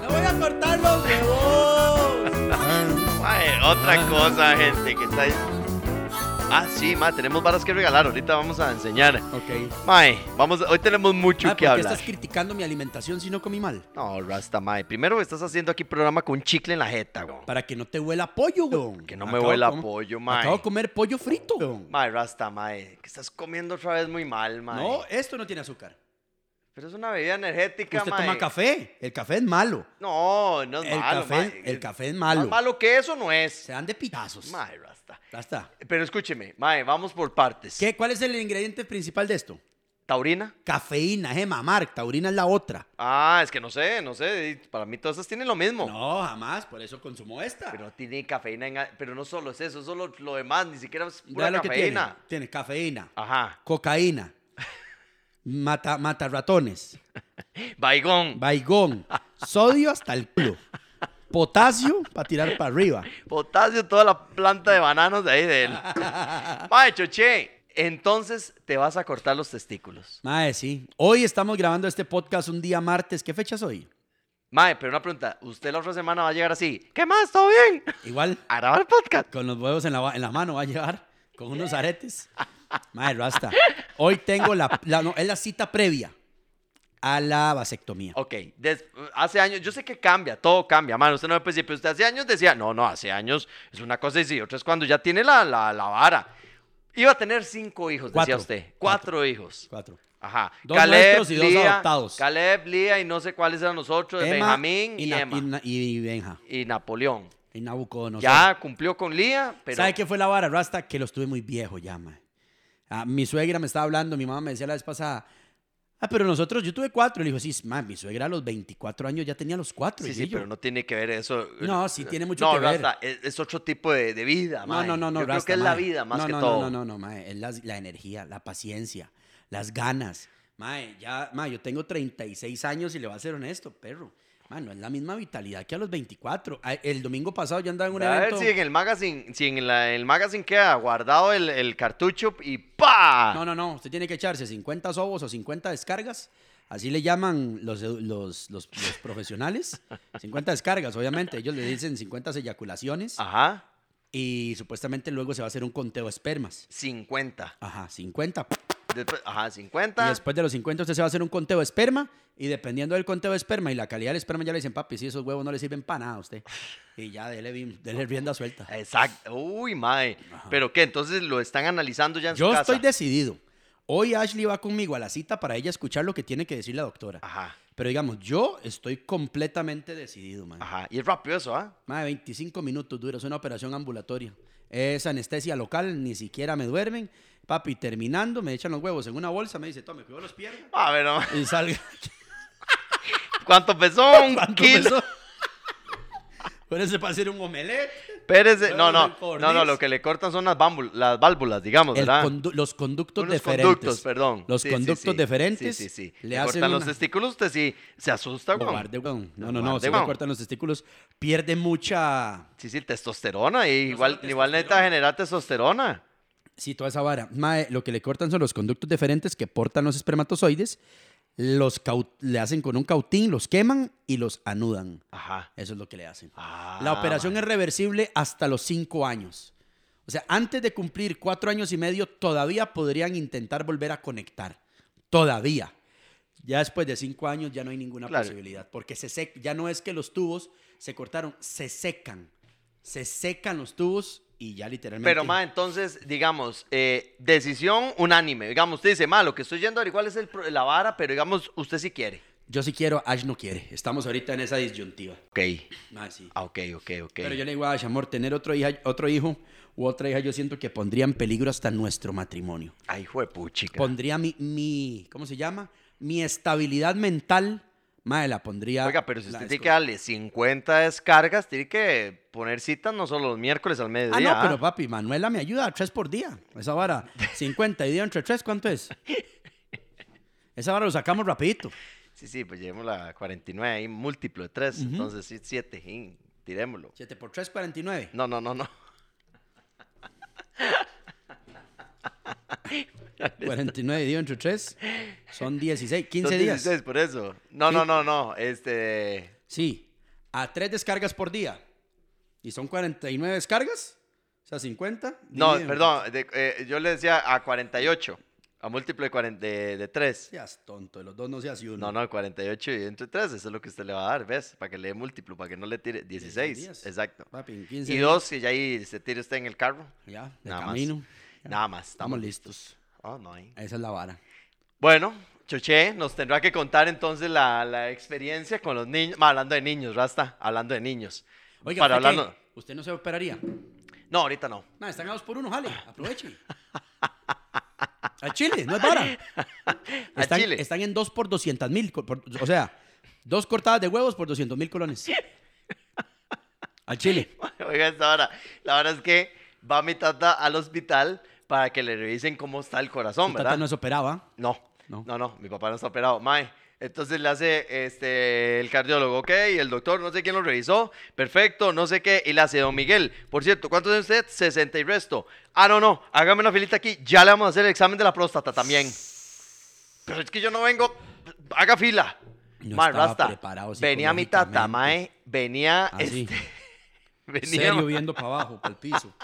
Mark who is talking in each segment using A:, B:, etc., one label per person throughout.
A: ¡Me voy a cortar los huevos!
B: Mae, otra cosa, gente, que está ahí. Ah, sí, mae, tenemos varas que regalar. Ahorita vamos a enseñar.
A: ok.
B: Mae, vamos, hoy tenemos mucho
A: Ah, ¿Por
B: que
A: qué
B: hablar.
A: estás criticando mi alimentación si no comí mal?
B: No, Rasta, mae. Primero estás haciendo aquí programa con chicle en la jeta, güey.
A: Para que no te huela pollo, weón.
B: Que no me huela pollo, mae.
A: Acabo de comer pollo frito, weón.
B: Mae, Rasta, mae. Que estás comiendo otra vez muy mal, mae.
A: No, esto no tiene azúcar.
B: Pero es una bebida energética,
A: Usted
B: mae.
A: toma café. El café es malo.
B: No, no es
A: El
B: malo,
A: café-
B: mae.
A: el café es malo. pues,
B: Más malo que eso no es.
A: Se dan de pitazos.
B: Mae, Rasta.
A: Ya está.
B: Pero escúcheme, mae, vamos por partes.
A: ¿Qué? ¿Cuál es el ingrediente principal de esto?
B: ¿Taurina?
A: Cafeína, Gema, Marc. Taurina es la otra.
B: Ah, es que no sé, no sé. Para mí todas esas tienen lo mismo.
A: No, jamás. Por eso consumo esta.
B: Pero tiene cafeína en... a- Pero no solo es eso, solo lo demás, ni siquiera es
A: Vea
B: pura
A: lo que tiene.
B: cafeína. Ah.
A: Tiene cafeína,
B: Ajá.
A: cocaína, mata, mata ratones.
B: Baigón.
A: Baigón, sodio hasta el culo, potasio para tirar para arriba.
B: Potasio, toda la planta de bananos de ahí de él. Mae, choche. Entonces te vas a cortar los testículos.
A: Mae, sí. Hoy estamos grabando este podcast un día martes. ¿Qué fecha es hoy?
B: Mae, pero una pregunta. ¿Usted la otra semana va a llegar así? ¿Qué más? ¿Todo bien?
A: Igual,
B: A grabar el podcast.
A: con los huevos en la, en la mano va a llevar, con unos aretes. Mae, Rasta. Hoy tengo la, la- no, es la cita previa a la vasectomía.
B: Ok, des- hace años, yo sé que cambia, todo cambia, mano. Usted no al principio, usted hace años decía, no, no, hace años es una cosa y sí, otra es cuando ya tiene la, la, la vara. Iba a tener cinco hijos,
A: Cuatro.
B: decía usted. Cuatro,
A: Cuatro.
B: hijos.
A: Cuatro.
B: Ajá.
A: Dos nuestros y dos adoptados.
B: Caleb, Lía y no sé cuáles eran los otros,
A: Emma
B: Benjamín y,
A: Na-
B: Emma.
A: Y, Na- y Benja.
B: Y Napoleón.
A: Y Nabucodonosor.
B: ya cumplió con Lía, pero.
A: ¿Sabe qué fue la vara, Rasta? Que los tuve muy viejo ya, mae. Ah, mi suegra me estaba hablando, mi mamá me decía la vez pasada, ah, pero nosotros, yo tuve cuatro. Le dijo, sí, mae, mi suegra a los 24 años ya tenía los cuatro.
B: Sí,
A: y
B: sí,
A: yo,
B: pero no tiene que ver eso.
A: No, sí tiene mucho
B: No,
A: que ver.
B: Rasta, es, es otro tipo de, de vida,
A: no,
B: mae.
A: no, no, no,
B: Yo creo
A: Rasta,
B: que es la
A: mae.
B: vida más
A: No,
B: que
A: no,
B: todo.
A: No, no, no, mae, es las- la, energía, la paciencia, las ganas. Mae, ya, mae, yo tengo 36 años y le voy a ser honesto, perro. Mae, no es la misma vitalidad que a los 24. Ah, El domingo pasado yo andaba en un
B: A ver
A: evento...
B: si en el magazine, si en la- el magazine queda guardado el, el cartucho y ¡pa!
A: No, no, no. Usted tiene que echarse 50 sobos o 50 descargas. Así le llaman los, edu- los, los- los profesionales. 50 descargas, obviamente. Ellos le dicen 50 eyaculaciones.
B: Ajá,
A: Y supuestamente luego se va a hacer un conteo de espermas.
B: 50.
A: Ajá, 50.
B: Después- ajá, 50.
A: Y después de los 50 usted se va a hacer un conteo de esperma. Y dependiendo del conteo de esperma y la calidad del esperma, ya le dicen, papi, si esos huevos no le sirven para nada a usted. Y ya, dele, bim- dele rienda suelta.
B: Exacto. Uy, mae. ¿Pero qué? Entonces lo están analizando ya en
A: Yo
B: su casa.
A: estoy decidido. Hoy Ashley va conmigo a la cita para ella escuchar lo que tiene que decir la doctora.
B: Ajá,
A: Pero digamos, yo estoy completamente decidido, man.
B: ajá. Y es rápido eso, ¿ah?
A: Más de 25 minutos dura, es una operación ambulatoria. Es anestesia local, ni siquiera me duermen. Papi, terminando, me echan los huevos en una bolsa, me dice, tome, cuidado los piernas.
B: A ver, no.
A: Y salga.
B: ¿cuánto pesó? Un
A: ¿Cuánto
B: kilo.
A: pesó? Pónganse para hacer un omelette.
B: Espérese. No,
A: Huevos
B: no.
A: en
B: No,
A: codorniz.
B: no, lo que le cortan son las, vámbul- las válvulas, digamos,
A: El
B: ¿verdad?
A: condu- los conductos
B: Unos
A: deferentes.
B: conductos, perdón.
A: Los
B: Sí, sí,
A: conductos
B: sí.
A: deferentes.
B: Sí, sí, sí.
A: Le
B: Le cortan
A: hacen
B: los
A: una-
B: testículos, usted sí se asusta, güey.
A: Cobarde, weón. No, no, no.
B: Cobarde,
A: Si le
B: weón.
A: cortan los testículos, pierde mucha.
B: Sí, sí, testosterona. Y
A: No
B: igual,
A: solo
B: igual necesita
A: testosterona.
B: generar testosterona.
A: Sí, toda esa vara. Mae, lo que le cortan son los conductos deferentes que portan los espermatozoides, los cau- le hacen con un cautín, los queman y los anudan.
B: Ajá.
A: Eso es lo que le hacen.
B: Ah,
A: la operación
B: mae.
A: es reversible hasta los cinco años. O sea, antes de cumplir cuatro años y medio, todavía podrían intentar volver a conectar. Todavía. Ya después de cinco años ya no hay ninguna
B: Claro.
A: posibilidad. Porque se sec- ya no es que los tubos se cortaron, se secan. Se secan los tubos y ya literalmente.
B: Pero, ma, entonces, digamos, eh, decisión unánime. Digamos, usted dice, ma, lo que estoy yendo a averiguar es el pro- la vara, pero digamos, usted sí quiere.
A: Yo sí quiero, Ash no quiere. Estamos ahorita en esa disyuntiva.
B: Ok.
A: Mae, sí.
B: Ah, ok, ok, ok.
A: Pero yo le digo a Ash, amor, tener otro, hija, otro hijo u otra hija, yo siento que pondría en peligro hasta nuestro matrimonio.
B: Ay, juepuchica.
A: Pondría mi, mi, ¿cómo se llama? Mi estabilidad mental, mae, la pondría.
B: Oiga, pero si
A: la
B: usted tiene
A: desco-
B: que darle 50 descargas, tiene que poner citas no solo los miércoles al
A: Ah,
B: mediodía.
A: no, pero papi, Manuela me ayuda tres por día. Esa vara, 50 y día entre tres, ¿cuánto es? Esa vara lo sacamos rapidito.
B: Sí, sí, pues llevemos la 49 ahí, múltiplo de 3, entonces sí, 7, tirémoslo.
A: 7 por 3, 49.
B: No, no, no, no.
A: 49 y día entre tres son 16, 15
B: Son
A: días.
B: 16, por eso. No, no, no, no, este...
A: Sí, a tres descargas por día. ¿Y son 49 descargas? O sea, 50. dividido
B: No,
A: en-
B: perdón, de- eh, yo le decía a 48, a múltiplo de, 40 de, 3.
A: Seas tonto, de los dos no seas y uno.
B: No, no, 48 y entre 3, eso es lo que usted le va a dar, ¿ves? Para que le dé múltiplo, para que no le tire 16.
A: días.
B: Exacto.
A: Papi, en 15
B: Y
A: días.
B: dos, y ya ahí se tire usted en el carro.
A: Ya, de
B: Nada más.
A: camino. Ya,
B: Nada más,
A: Estamos
B: estamos listos.
A: listos.
B: Ah, no hay.
A: Esa es la vara.
B: Bueno, Choché nos tendrá que contar entonces la, la experiencia con los niños. Ma, hablando de niños, Rasta, hablando de niños.
A: Oiga,
B: Para
A: ¿usted qué?
B: hablarnos-
A: ¿Usted no se operaría?
B: No, ahorita no.
A: Nada, están a dos por uno, jale, aprovechen. A Chile, no es vara.
B: A
A: Están,
B: Chile.
A: están en dos por 200 mil, co- por- o sea, dos cortadas de huevos por 200 mil colones. Al Chile.
B: Oiga, esta hora. La hora es que va mi tata al hospital para que le revisen cómo está el corazón,
A: Su tata
B: ¿verdad?
A: no se operaba.
B: No,
A: No.
B: no, no, mi papá no está operado, mae. Entonces le hace este, el cardiólogo, ok, y el doctor, no sé quién lo revisó, perfecto, no sé qué, y le hace don Miguel, por cierto, ¿cuántos de usted? 60 y resto. Ah, no, no, hágame una filita aquí, ya le vamos a hacer el examen de la próstata también. Pero es que yo no vengo, haga fila.
A: No
B: Mae,
A: estaba
B: Rasta,
A: preparado
B: venía mi tata, mae, venía,
A: Así,
B: este, venía,
A: serio, viendo para abajo, para el piso.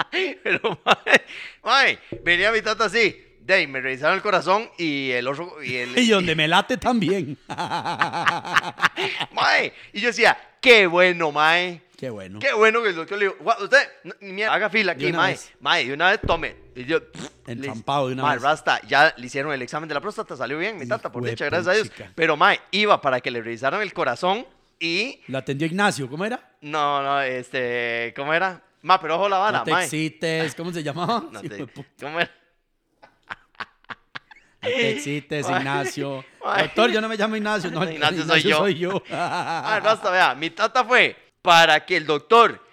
B: pero, mae, mae, venía mi tata así. De ahí me revisaron el corazón y el otro, y el,
A: Y donde me late también.
B: Mae. Y yo decía, qué bueno, Mae.
A: Qué bueno.
B: Qué bueno que el doctor le dijo, "Gua- usted, no, ni mierda, haga fila
A: De
B: aquí,
A: una
B: Mae.
A: vez.
B: Mae, de una vez tome. Y yo, pff,
A: Entrampado de una
B: mae,
A: vez.
B: Rasta, ya le hicieron el examen de la próstata, salió bien, mi tata, por
A: Hijo de
B: dicha, gracias a Dios.
A: puchica.
B: Pero Mae iba para que le revisaran el corazón y.
A: Lo atendió Ignacio, ¿cómo era?
B: No, no, este. ¿Cómo era? Mae, pero ojo la vara,
A: no te
B: Mae.
A: excites, ¿cómo se llamaba?
B: No
A: Sí,
B: te-
A: hijo de puta.
B: ¿Cómo era?
A: No te excites,
B: Ay,
A: Ignacio.
B: ay.
A: Doctor, yo no me llamo Ignacio. No,
B: Ignacio soy yo. Ah,
A: yo.
B: Rasta, vea, mi tata fue para que el doctor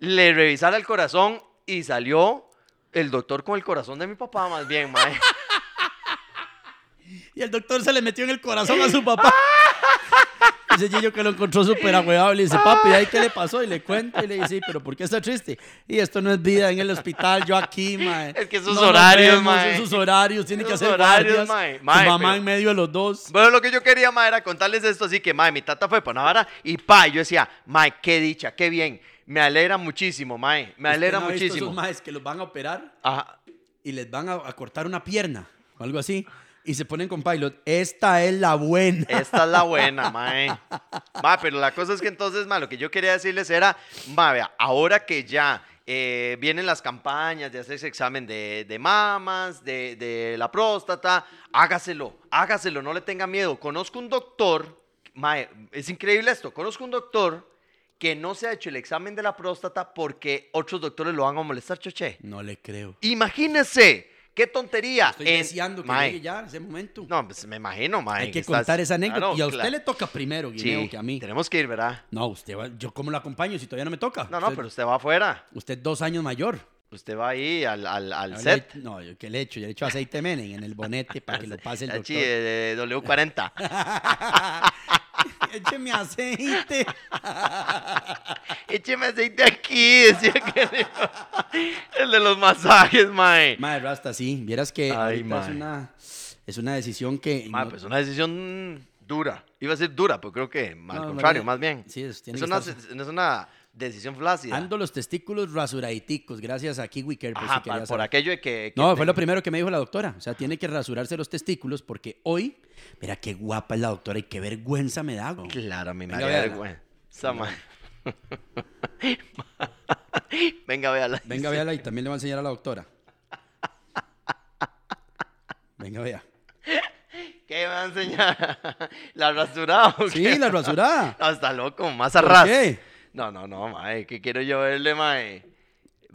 B: le revisara el corazón y salió el doctor con el corazón de mi papá, más bien, mae.
A: y el doctor se le metió en el corazón a su papá. Dice Gillo que lo encontró súper agüeable. Y dice, papi, ¿y ahí qué le pasó? Y le cuenta y le dice, "Sí, pero ¿por qué está triste? Y esto no es vida en el hospital, yo aquí, mae.
B: Es que sus
A: nos
B: horarios,
A: vemos,
B: mae.
A: Sus horarios, tiene que
B: Sus
A: hacer
B: horarios,
A: horarios,
B: mae.
A: Su
B: Mae,
A: mamá
B: pero-
A: en medio de los dos.
B: Bueno, lo que yo quería, ma, era contarles esto, así que, ma, mi tata fue para una vara y, pa, yo decía, ma, qué dicha, qué bien. Me alegra muchísimo, ma, me alegra
A: ¿Usted no ha visto
B: muchísimo.
A: Esos maes que los van a operar.
B: Ajá.
A: y les van a, a cortar una pierna o algo así. Y se ponen con Pilot. Esta es la buena.
B: Esta es la buena, mae. Ma, pero la cosa es que entonces, ma, lo que yo quería decirles era, ma, vea, ahora que ya eh, vienen las campañas de hacerse examen de, de mamas, de, de la próstata, hágaselo, hágaselo, no le tenga miedo. Conozco un doctor, mae, es increíble esto, conozco un doctor que no se ha hecho el examen de la próstata porque otros doctores lo van a molestar, choche.
A: No le creo.
B: Imagínense, qué tontería.
A: Estoy
B: En-
A: deseando que
B: mae,
A: llegue ya ese momento.
B: No, pues me imagino, mae.
A: Hay que
B: estás-
A: contar esa anécdota.
B: Claro,
A: y a usted
B: claro.
A: le toca primero, Guineo,
B: Sí,
A: que a mí.
B: tenemos que ir, ¿verdad?
A: No, usted va- yo cómo lo acompaño si todavía no me toca.
B: No, no,
A: Usted-
B: pero usted va afuera.
A: Usted es dos años mayor.
B: Usted va ahí al, al, al
A: Yo le-
B: set.
A: No, yo qué le he hecho. Yo le he hecho aceite Menem en el bonete para que lo pase el
B: Achí,
A: doctor.
B: eh, de W40.
A: Écheme aceite.
B: Écheme aceite aquí, decía que el de los masajes, mae.
A: Madre Rasta, sí. Vieras que
B: Ay,
A: ahorita es
B: mae.
A: una, es una decisión que...
B: Mae,
A: no-
B: pues una decisión dura. Iba a ser dura, pero creo que al
A: No, no,
B: contrario,
A: no,
B: más bien.
A: sí, es-
B: es,
A: tiene que
B: una,
A: estar-
B: es una decisión flácida.
A: Ando los testículos rasuraditicos, gracias a Kiwi Care. por
B: Ajá,
A: si querías
B: pa- por
A: saber.
B: aquello de que... que
A: No,
B: te-
A: fue lo primero que me dijo la doctora. O sea, tiene que rasurarse los testículos porque hoy, mira qué guapa es la doctora y qué vergüenza me da. güey.
B: Claro, mi
A: Venga,
B: madre.
A: véala.
B: Esa mae. Venga, véala.
A: Venga, véala y también le voy a enseñar a la doctora. Venga, vea.
B: ¿Qué me va a enseñar? ¿La rasurada o
A: Sí,
B: qué?
A: la rasurada.
B: Hasta loco, más
A: ¿Por
B: arras.
A: qué?
B: No, no, no, mae, que quiero yo verle, mae.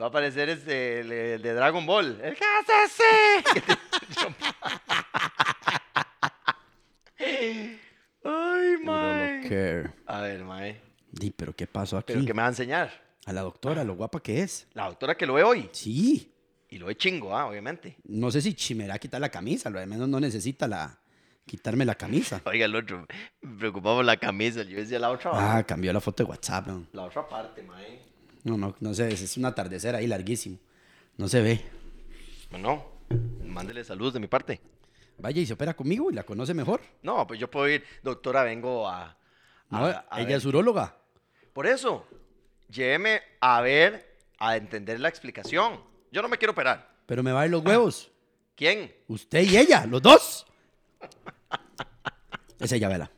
B: Va a aparecer este, el, el de Dragon Ball. ¡El que hace así! Ay, mae.
A: Care.
B: A ver, mae.
A: Di, pero ¿qué pasó aquí?
B: ¿Pero qué me va a enseñar?
A: A la doctora, lo guapa que es.
B: La doctora que lo ve hoy.
A: Sí.
B: Y lo ve chingo, ah, obviamente.
A: No sé si Chimera quitar la camisa, lo de menos no necesita la quitarme la camisa.
B: Oiga, el otro. Me preocupaba por la camisa. Yo decía la otra.
A: Ah, cambió la foto de WhatsApp. No,
B: La otra parte, mae.
A: no, no, no sé, es un atardecer ahí larguísimo. No se ve.
B: Bueno, mándele saludos de mi parte.
A: Vaya y se opera conmigo y la conoce mejor.
B: No, pues yo puedo ir, doctora, vengo a. a-
A: No,
B: a
A: ella
B: ver".
A: es uróloga.
B: Por eso, lléveme a ver, a entender la explicación. Yo no me quiero operar.
A: Pero me va a ir los huevos.
B: ¿Quién?
A: Usted y ella, los dos. Es ella, vela.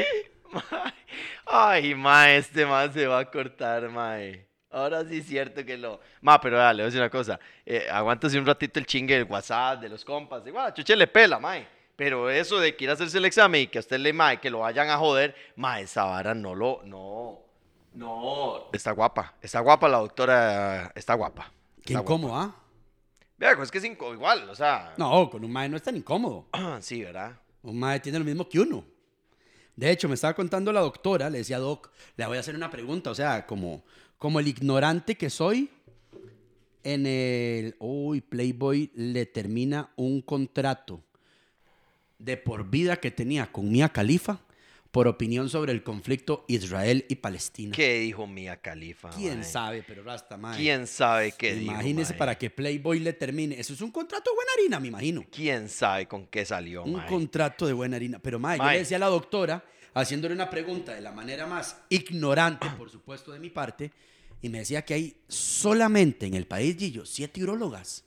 B: Ay, ma, este man se va a cortar, mae. Ahora sí es cierto que lo. Ma, pero dale, voy a decir una cosa. Eh, aguántese un ratito el chingue del WhatsApp, de los compas. Igual, a Chuche le pela, mae. Pero eso de que ir a hacerse el examen y que a usted le, mae, que lo vayan a joder, ma, esa vara no lo. No. No. Está guapa. Está guapa la doctora. Está guapa.
A: Qué
B: Está guapa.
A: incómodo, ¿ah?
B: Vea, es que es inco- igual, o sea.
A: No, con un mae no es tan incómodo.
B: Sí, ¿verdad?
A: Un mae tiene lo mismo que uno. De hecho, me estaba contando la doctora, le decía, Doc, le voy a hacer una pregunta. O sea, como, como el ignorante que soy, en el. Uy, Playboy le termina un contrato de por vida que tenía con Mia Khalifa por opinión sobre el conflicto Israel y Palestina.
B: ¿Qué dijo Mía Califa?
A: ¿Quién sabe? Pero Rasta, mae.
B: eh? ¿Quién sabe qué dijo? eh?
A: Imagínese
B: mae?
A: para que Playboy le termine. Eso es un contrato de buena harina, me imagino.
B: ¿Quién sabe con qué salió,
A: Un
B: mae?
A: contrato de buena harina. Pero, madre, yo
B: Mae.
A: le decía a la doctora, haciéndole una pregunta de la manera más ignorante, por supuesto, de mi parte, y me decía que hay solamente en el país, Gillo, siete urólogas.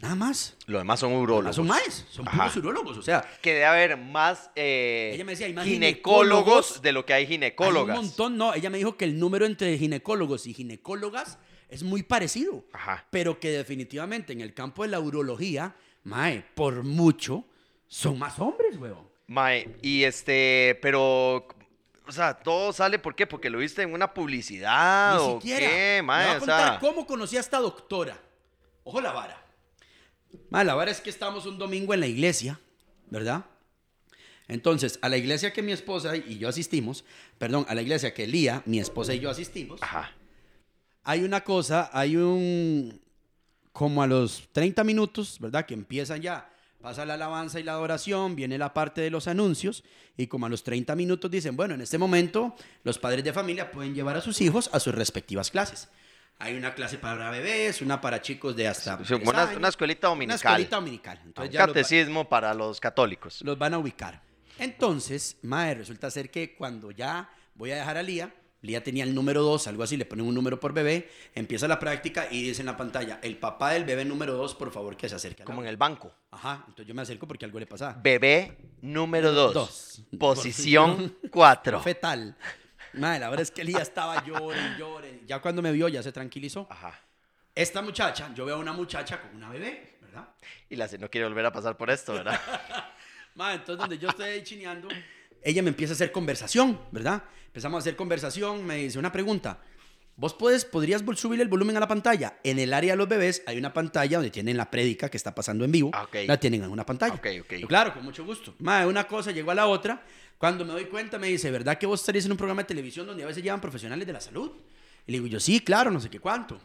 A: Nada más.
B: Los demás son
A: Ah,
B: urólogos.
A: Son maes, son
B: Ajá.
A: puros urólogos. O sea,
B: Que debe haber más eh,
A: Ella me decía, hay más
B: ginecólogos
A: ginecólogos.
B: de lo que hay
A: hay un
B: ginecólogas.
A: montón, no. Ella me dijo que el número entre ginecólogos y ginecólogas es muy parecido.
B: Ajá.
A: Pero que definitivamente en el campo de la urología, mae, por mucho, son más hombres, huevón.
B: Mae, y este, pero, o sea, todo sale, ¿por qué? Porque lo viste en una publicidad
A: Ni
B: o
A: siquiera.
B: qué,
A: Le voy
B: mae,
A: a
B: o
A: contar
B: sea.
A: cómo conocí a esta doctora. Ojo la vara. Ma, la vara es que estábamos un domingo en la iglesia, ¿verdad? Entonces, a la iglesia que mi esposa y yo asistimos, perdón, a la iglesia que Lía, mi esposa y yo asistimos,
B: Ajá.
A: hay una cosa, hay un... Como a los 30 minutos, ¿verdad? Que empiezan ya, pasa la alabanza y la adoración, viene la parte de los anuncios, y como a los 30 minutos dicen, bueno, en este momento los padres de familia pueden llevar a sus hijos a sus respectivas clases. Hay una clase para bebés, una para chicos de hasta...
B: Sí,
A: tres
B: una-
A: años,
B: una escuelita dominical.
A: Una escuelita dominical. Entonces
B: Un
A: ya los pa-
B: catecismo para los católicos.
A: los van a ubicar. Entonces, mae, resulta ser que cuando ya voy a dejar a Lía, Lía tenía el número 2, algo así, le ponen un número por bebé, empieza la práctica y dice en la pantalla, el papá del bebé número 2, por favor, que se acerque. a la
B: Como en
A: hora".
B: el banco.
A: Ajá, entonces yo me acerco porque algo le pasaba.
B: Bebé número 2.
A: Dos.
B: Posición 4.
A: Fetal. Mae, la verdad es que Lía estaba llorando, llorando. Ya cuando me vio, ya se tranquilizó.
B: Ajá.
A: Esta muchacha, yo veo a una muchacha con una bebé, ¿verdad?
B: Y la se- no quiere volver a pasar por esto, ¿verdad?
A: Ma, entonces donde yo estoy ahí chineando, ella me empieza a hacer conversación, ¿verdad? Empezamos a hacer conversación, me dice una pregunta. ¿Vos podés, podrías vol- subir el volumen a la pantalla? En el área de los bebés hay una pantalla donde tienen la prédica que está pasando en vivo.
B: Ah, ok.
A: La tienen en una pantalla.
B: Ok, ok.
A: Yo, claro, con mucho gusto. Ma, una cosa llegó a la otra. Cuando me doy cuenta me dice, ¿verdad que vos estarías en un programa de televisión donde a veces llevan profesionales de la salud? Y le digo yo, sí, claro, no sé qué cuánto.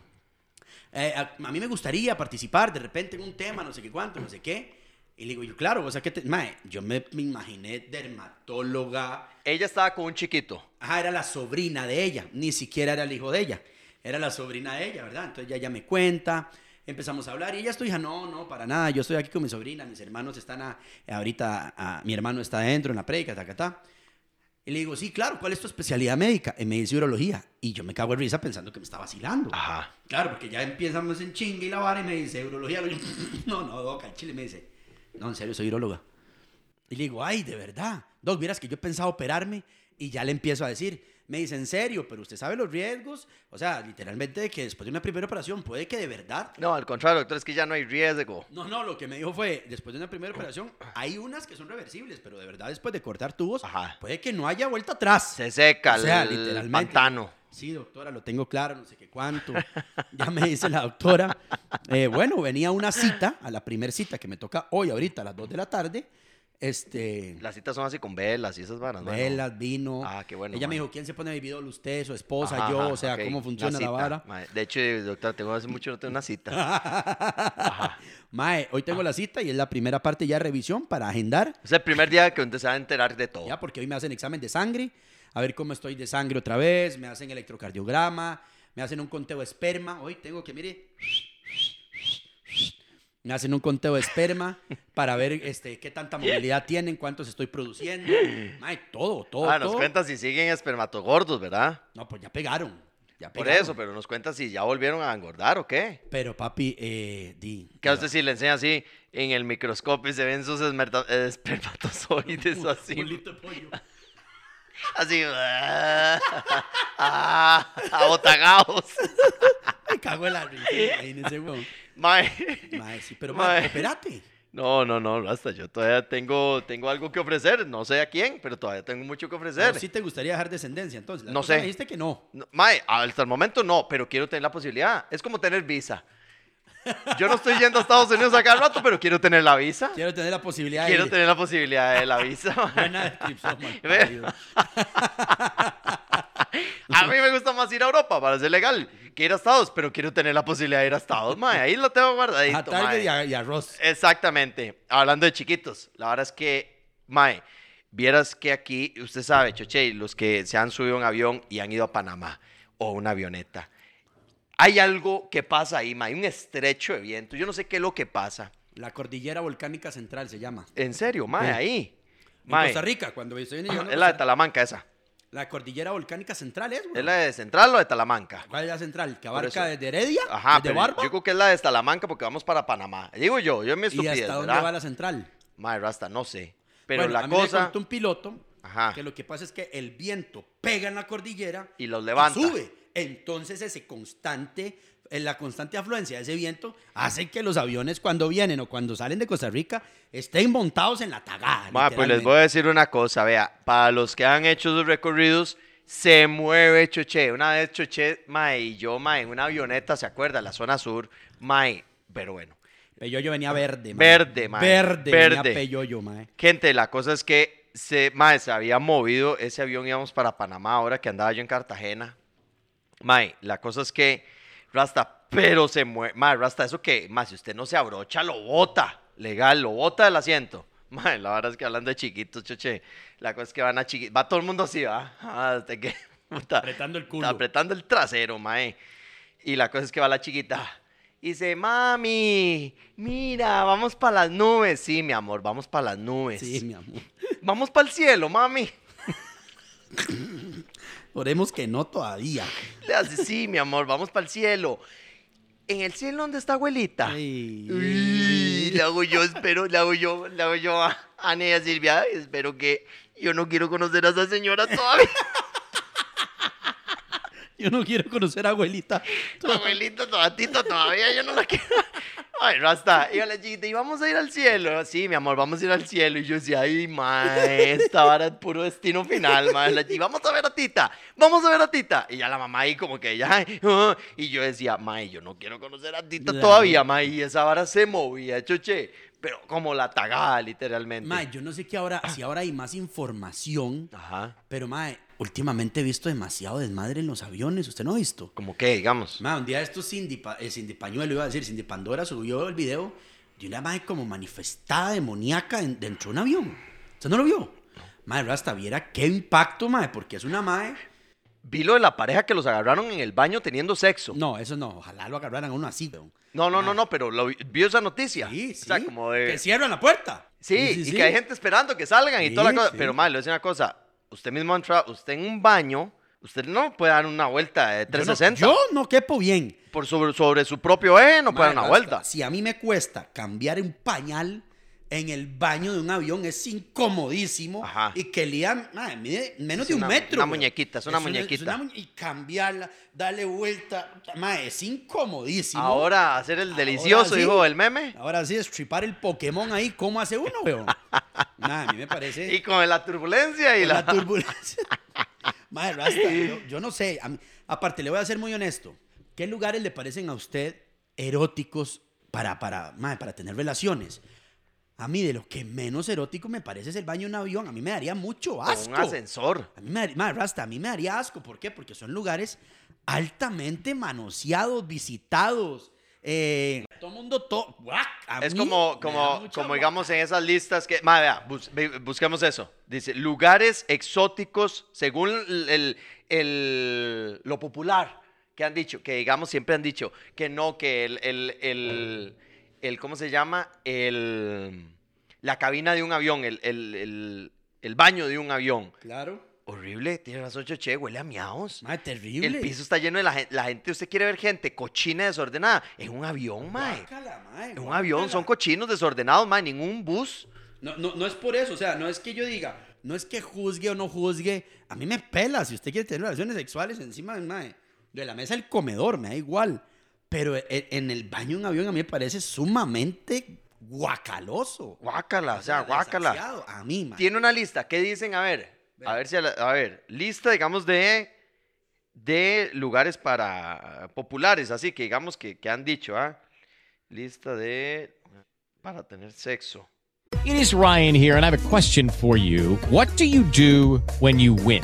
A: Eh, a, a mí me gustaría participar de repente en un tema, no sé qué cuánto, no sé qué. Y le digo yo, claro, o sea, que te, mae, yo me, me imaginé dermatóloga.
B: Ella estaba con un chiquito.
A: Ajá, Ah, era la sobrina de ella, ni siquiera era el hijo de ella. Era la sobrina de ella, ¿verdad? Entonces ya ella me cuenta, empezamos a hablar y ella estoy, hija, no, no, para nada, yo estoy aquí con mi sobrina, mis hermanos están a- ahorita, a- mi hermano está adentro en la predica, ta, ta, ta. Y le digo, sí, claro, ¿cuál es tu especialidad médica? Y me dice urología. Y yo me cago en risa pensando que me está vacilando.
B: Ajá.
A: Claro, porque ya empezamos en chingue y la vara y me dice, urología. Yo, no, no, doc, al chile me dice, no, en serio, soy urologa. Y le digo, ay, de verdad. Doc, miras que yo pensaba operarme y ya le empiezo a decir. Me dice, en serio, pero usted sabe los riesgos. O sea, literalmente que después de una primera operación puede que de verdad
B: No, al contrario, doctor, es que ya no hay riesgo.
A: no, no, lo que me dijo fue, después de una primera operación, hay unas que son reversibles, pero de verdad después de cortar tubos,
B: Ajá.
A: puede que no haya vuelta atrás.
B: Se seca
A: O sea,
B: el
A: literalmente.
B: pantano.
A: Sí, doctora, lo tengo claro, no sé qué cuánto. Ya me dice la doctora. Eh, bueno, venía una cita, a la primera cita que me toca hoy, ahorita, a las 2 de la tarde. Este,
B: Las citas son así con velas y esas varas, mano.
A: velas, vino.
B: Ah, qué bueno,
A: Ella me
B: mano.
A: dijo, ¿quién se pone baby doll? ¿Usted, su esposa,
B: Ajá,
A: yo?
B: ajá,
A: o sea,
B: ok.
A: ¿cómo
B: Una
A: funciona la
B: cita,
A: vara?
B: mae. De hecho, doctor, tengo hace mucho no tengo una cita.
A: Mae, hoy
B: Ah.
A: tengo la cita y es la primera parte ya de revisión para agendar.
B: Es el primer día que usted se va a enterar de todo.
A: Ya, porque hoy me hacen examen de sangre, a ver cómo estoy de sangre otra vez, me hacen electrocardiograma, me hacen un conteo de esperma. Hoy tengo que, mire. Me hacen un conteo de esperma para ver este, qué tanta movilidad tienen, cuántos estoy produciendo. Mae, todo, todo.
B: ah, nos
A: todo.
B: cuenta si siguen espermatogordos, ¿verdad?
A: No, pues ya pegaron. Ya
B: Por
A: pegaron.
B: eso, pero nos cuenta si ya volvieron a engordar o qué.
A: Pero papi, eh, di.
B: Que a usted sí le enseña así en el microscopio y se ven sus esmerta- eh, espermatozoides así.
A: Pulito eh, de pollo.
B: Así. ah, ah, abotagados.
A: Me cago en la risa. Imagínense, weón.
B: Mae.
A: Mae, sí, pero
B: Mae.
A: mae, espérate.
B: No, no, no, basta. Yo todavía tengo, tengo algo que ofrecer. No sé a quién, pero todavía tengo mucho que ofrecer.
A: Si te gustaría dejar descendencia, entonces. La
B: No
A: cosa
B: sé.
A: Me dijiste que no.
B: No, Mae, hasta el momento no, pero quiero tener la posibilidad. Es como tener visa. Yo no estoy yendo a Estados Unidos a cada rato, pero quiero tener la visa.
A: Quiero tener la posibilidad
B: Quiero
A: de...
B: tener la posibilidad de la visa. mae.
A: Buena descripción, mal
B: Ve.
A: parido.
B: A mí me gusta más ir a Europa para ser legal que ir a Estados, pero quiero tener la posibilidad de ir a Estados, mae. Ahí lo tengo guardadito,
A: A tarde
B: mae.
A: y, a- y arroz.
B: Exactamente. Hablando de chiquitos, la verdad es que, mae, vieras que aquí, usted sabe, Choche, los que se han subido a un avión y han ido a Panamá o una avioneta. Hay algo que pasa ahí, mae, un estrecho de viento. Yo no sé qué es lo que pasa.
A: La cordillera volcánica central se llama.
B: En serio, mae,
A: Sí.
B: ahí.
A: En
B: Mae,
A: Costa Rica, cuando estoy en
B: es la de Talamanca esa.
A: La cordillera volcánica central es, güey.
B: ¿Es la de Central o de Talamanca?
A: ¿Cuál es la central? Que
B: Por
A: abarca
B: eso.
A: desde Heredia,
B: Ajá,
A: desde
B: pero
A: Barba.
B: yo creo que es la de Salamanca porque vamos para Panamá. Digo yo, yo
A: ¿Y
B: me estupidez,
A: hasta dónde
B: ¿verdad?
A: va la central?
B: Mae, Rasta, no sé. Pero
A: Bueno, a
B: la
A: mí Me
B: cosa...
A: contó un piloto
B: Ajá.
A: que lo que pasa es que el viento pega en la cordillera
B: Y los levanta.
A: sube. Entonces, ese constante, eh, la constante afluencia de ese viento hace que los aviones, cuando vienen o cuando salen de Costa Rica, estén montados en la tagada.
B: Ma, pues les voy a decir una cosa, vea, para los que han hecho sus recorridos, se mueve Choche. Una vez Choche, mae, y yo, mae, en una avioneta, ¿se acuerda? La zona sur, mae, pero bueno.
A: Peyoyo venía verde,
B: Verde, mae.
A: Verde,
B: Verde.
A: venía Peyoyo, eh. mae.
B: Gente, la cosa es que se, mae, se había movido ese avión, íbamos para Panamá, ahora que andaba yo en Cartagena. Mae, la cosa es que, Rasta, pero se mueve, mae, Rasta, eso que, mae, si usted no se abrocha, lo bota, legal, lo bota del asiento. Mae, la verdad es que hablando de chiquitos, choche, la cosa es que van a chiquitos, va todo el mundo así, va, Ah, hasta que, puta,
A: Apretando el culo.
B: apretando el trasero, mae. Y la cosa es que va la chiquita. Y dice, mami, mira, vamos para las nubes. Sí, mi amor, vamos para las nubes.
A: Sí, mi amor.
B: Vamos para el cielo, mami.
A: Oremos que no todavía.
B: Le hace, sí, mi amor, vamos para el cielo. ¿En el cielo dónde está abuelita?
A: Ay.
B: Ah. Uy, le hago yo, espero, le hago yo, le hago yo a Ana y a Silvia. Espero que yo no quiero conocer a esa señora todavía.
A: Yo no quiero conocer a abuelita.
B: Tu abuelito, tu gatito, todavía yo no la quiero. Ay, Rasta, iba la chiquita, y vamos a ir al cielo. Sí, mi amor, vamos a ir al cielo. Y yo decía, ay, mae, esta vara es puro destino final, mae. La chi- vamos a ver a Tita, vamos a ver a Tita. Y ya la mamá ahí como que ya, ay, ah. y yo decía, mae, yo no quiero conocer a Tita
A: Claro.
B: todavía, mae. Y esa vara se movía, choche, pero como la tagada, literalmente.
A: Mae, yo no sé qué ahora, si ahora hay más información,
B: Ajá,
A: pero mae, últimamente he visto demasiado desmadre en los aviones, ¿usted no ha visto?
B: como que, digamos.
A: Mae, un día esto Cindy, Pa- eh, Cindy Pañuelo, iba a decir, Cindy Pandora subió el video de una mae como manifestada demoníaca en- dentro de un avión. ¿Usted no lo vio? Mae, hasta viera qué impacto, mae, porque es una mae...
B: Vi lo de la pareja que los agarraron en el baño teniendo sexo.
A: No, eso no, ojalá lo agarraran a uno así, weón.
B: No, no, no, no, pero lo vi, vio esa noticia.
A: Sí, sí.
B: O sea, como de.
A: Que cierran la puerta.
B: Sí, y
A: sí.
B: que hay gente esperando que salgan y toda la
A: Sí,
B: cosa.
A: sí.
B: Pero, mal, le voy a decir una cosa. Usted mismo entra, usted en un baño, usted no puede dar una vuelta de
A: Yo no-
B: 360.
A: Yo no quepo bien.
B: Por sobre, sobre su propio eje no puede dar
A: Mae,
B: una
A: basta.
B: vuelta.
A: Si a mí me cuesta cambiar un pañal, en el baño de un avión es incomodísimo.
B: Ajá.
A: Y que Liam, madre, mide menos
B: Es
A: de un
B: una-
A: metro.
B: una
A: weón.
B: muñequita, es una muñequita.
A: una muñe- y cambiarla, darle vuelta, madre, es incomodísimo.
B: Ahora hacer el delicioso,
A: sí. Ah,
B: hijo del meme.
A: Ahora sí, estripar el Pokémon ahí, ¿cómo hace uno, weón? Nada, a mí me parece...
B: Y con la turbulencia y
A: con la
B: la...
A: turbulencia. Madre, Rasta, yo, yo no sé. a mí- aparte, le voy a ser muy honesto. ¿Qué lugares le parecen a usted eróticos para, para, madre, para tener relaciones? A mí, de lo que menos erótico me parece es el baño en un avión. A mí me daría mucho asco.
B: Con un ascensor.
A: A mí me daría, madre, Rasta, a mí me daría asco. ¿Por qué? Porque son lugares altamente manoseados, visitados. eh, todo el mundo... To guac, a
B: Es
A: mí
B: como,
A: me da
B: como,
A: mucha
B: como
A: guaca.
B: digamos en esas listas que... Ma, vea, bus- ve- busquemos eso. Dice, lugares exóticos según el, el- el- lo popular que han dicho, que digamos siempre han dicho que no, que el, el, el- el- ¿cómo se llama? El, la cabina de un avión, el, el- el- el baño de un avión.
A: Claro.
B: Horrible, tiene razón, Choche, huele a miaos.
A: Madre, terrible.
B: El piso está lleno de la, gen- la gente, usted quiere ver gente cochina desordenada en un avión, mae.
A: Guácala, mae,
B: En un avión son
A: guácala.
B: cochinos desordenados, mae, ningún bus.
A: No, no, no es por eso, o sea, no es que yo diga, no es que juzgue o no juzgue. A mí me pela si usted quiere tener relaciones sexuales encima del mae, de la mesa del comedor, me da igual. Pero e- en el baño de un avión a mí me parece sumamente guacaloso.
B: Guácala, o sea, guácala.
A: Desaseado, A mí, mae.
B: Tiene una lista, ¿qué dicen? A ver, a
A: Ve.
B: ver si a, la- a ver, lista digamos de de lugares para populares, así que digamos que, que han dicho, ¿ah? Lista de para tener sexo.
C: It is Ryan here, and I have a question for you. What do you do when you win?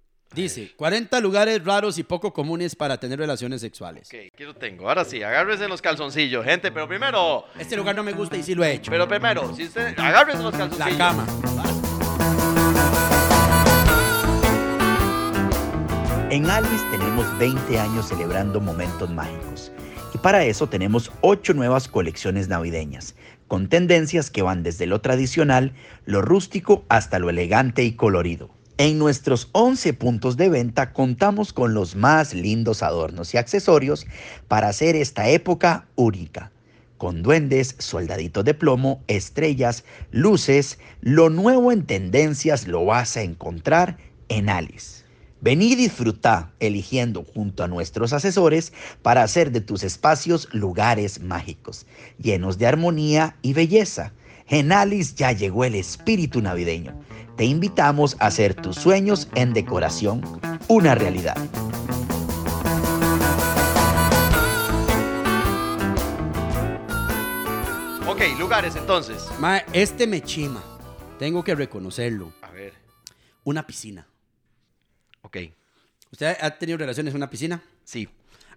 A: Dice, 40 lugares raros y poco comunes para tener relaciones sexuales.
B: Ok, aquí lo tengo. Ahora sí, agárrense los calzoncillos, gente, pero primero,
A: Este lugar no me gusta y sí lo he hecho.
B: pero primero, si usted agárrense los
A: la
B: calzoncillos.
A: cama.
D: En Alvis tenemos 20 años celebrando momentos mágicos y para eso tenemos 8 nuevas colecciones navideñas, con tendencias que van desde lo tradicional, lo rústico hasta lo elegante y colorido. En nuestros 11 puntos de venta contamos con los más lindos adornos y accesorios para hacer esta época única con duendes, soldaditos de plomo, estrellas, luces, lo nuevo en tendencias lo vas a encontrar en Alice. Ven y disfruta eligiendo junto a nuestros asesores para hacer de tus espacios lugares mágicos, llenos de armonía y belleza. En Alice ya llegó el espíritu navideño. Te invitamos a hacer tus sueños en decoración una realidad.
B: Ok, lugares entonces.
A: Mae, este me chima. Tengo que reconocerlo.
B: A ver,
A: Una piscina.
B: ok,
A: ¿Usted ha tenido relaciones en una piscina?
B: sí,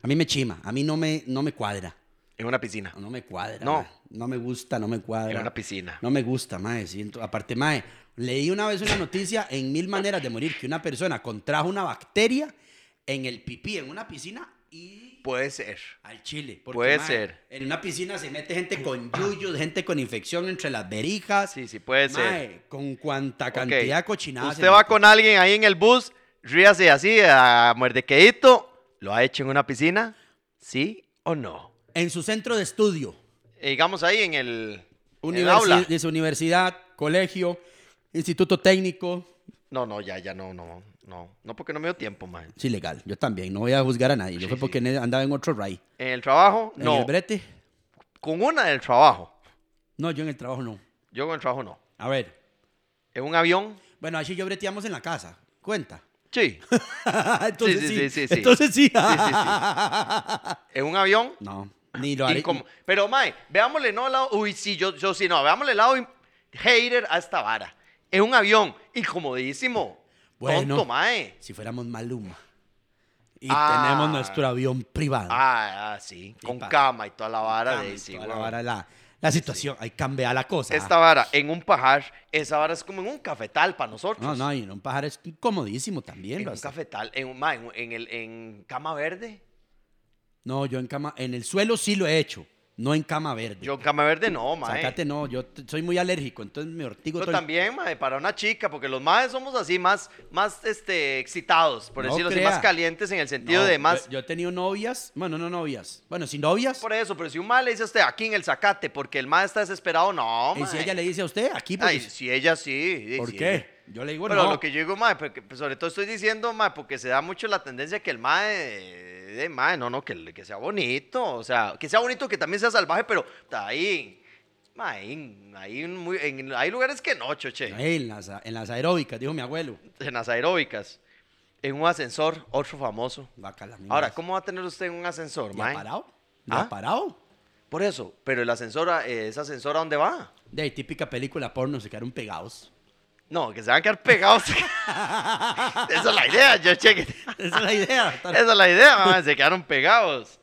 A: A mí me chima, a mí no me, no me cuadra.
B: en una piscina.
A: No me cuadra.
B: No.
A: ma. No me gusta, no me cuadra.
B: En una piscina.
A: No me gusta, mae. Siento, aparte, mae, leí una vez una noticia en Mil Maneras de Morir que una persona contrajo una bacteria en el pipí en una piscina y
B: Puede ser.
A: al chile.
B: Puede ser.
A: En una piscina se mete gente con yuyos, gente con infección entre las verijas.
B: Sí, sí, puede ser.
A: Mae, con cuanta
B: Ok.
A: cantidad de cochinadas.
B: Usted va con alguien ahí en el bus, ríase así, a muerdequedito. ¿Lo ha hecho en una piscina? ¿Sí o no?
A: En su centro de estudio.
B: Eh, digamos ahí en el, en el
A: Universi-
B: aula.
A: Dice universidad, colegio, instituto técnico.
B: No, no, ya, ya, no, no, no. No, porque no me dio tiempo, man.
A: Sí, legal. Yo también. No voy a juzgar a nadie. Yo fue porque ne- andaba en otro ray.
B: En el trabajo,
A: ¿En
B: no.
A: el brete?
B: Con una del trabajo.
A: No, yo en el trabajo no.
B: Yo con el trabajo no.
A: A ver.
B: En un avión,
A: Bueno, así yo breteamos en la casa. Cuenta.
B: Sí.
A: entonces sí,
B: sí, sí, sí, sí.
A: Entonces sí.
B: sí, En un avión.
A: no, ni lo haré.
B: Incom- Pero, Mae, veámosle no al lado. Uy, sí, yo, yo sí, no. Veámosle el lado im- hater a esta vara. Es un avión. Incomodísimo.
A: Bueno.
B: Tonto, Mae.
A: Si fuéramos Maluma. Y
B: Ah.
A: tenemos nuestro avión privado.
B: Ah, ah, sí. Con
A: pa.
B: cama y toda la vara
A: Cambia
B: de sí,
A: toda la,
B: weón.
A: vara, la, la situación. Ahí cambia la cosa.
B: Esta vara en un pajar, esa vara es como en un cafetal para nosotros.
A: No, no, y en un pajar es incomodísimo también.
B: en
A: lo
B: un
A: hace.
B: cafetal, en, un- ma, en, en el, en cama verde.
A: No, yo en cama, en el suelo sí lo he hecho, no en cama verde.
B: Yo en cama verde no, mae.
A: Sácate, no, yo t- soy muy alérgico, entonces me ortigo
B: Yo
A: todo el-
B: también, mae, para una chica, porque los maes somos así más, más este, excitados, por
A: No
B: decirlo
A: crea.
B: así, más calientes en el sentido
A: No,
B: de más.
A: Yo, yo he tenido novias, bueno, no novias, bueno, sin novias.
B: Por eso, pero si un mae le dice a usted aquí en el zacate porque el mae está desesperado, no,
A: y si
B: mae.
A: ella le dice a usted, aquí, porque-
B: Ay, si ella sí. sí,
A: ¿por
B: sí.
A: qué? Yo le digo,
B: Pero
A: no.
B: lo que yo digo, mae, porque, pues, sobre todo estoy diciendo, mae, porque se da mucho la tendencia que el mae, de mae, no, no, que, le- que sea bonito, o sea, que sea bonito, que también sea salvaje, pero está ahí, mae, ahí, ahí un muy- en- hay lugares que no, choche,
A: Ay, en, las, en las aeróbicas, dijo mi abuelo.
B: en las aeróbicas, en un ascensor, otro famoso.
A: Vaca las mismas.
B: Ahora, ¿cómo va a tener usted un ascensor,
A: ¿Le ha
B: mae?
A: parado? ¿Le ha
B: ¿Ah?
A: parado?
B: Por eso, pero el ascensor, a- eh, ¿ese ascensor a dónde va?
A: De ahí, típica película porno, se quedaron pegados.
B: No, que se van a quedar pegados. Esa es la idea, yo cheque.
A: Esa es la idea.
B: Esa es la idea, mae, se quedaron pegados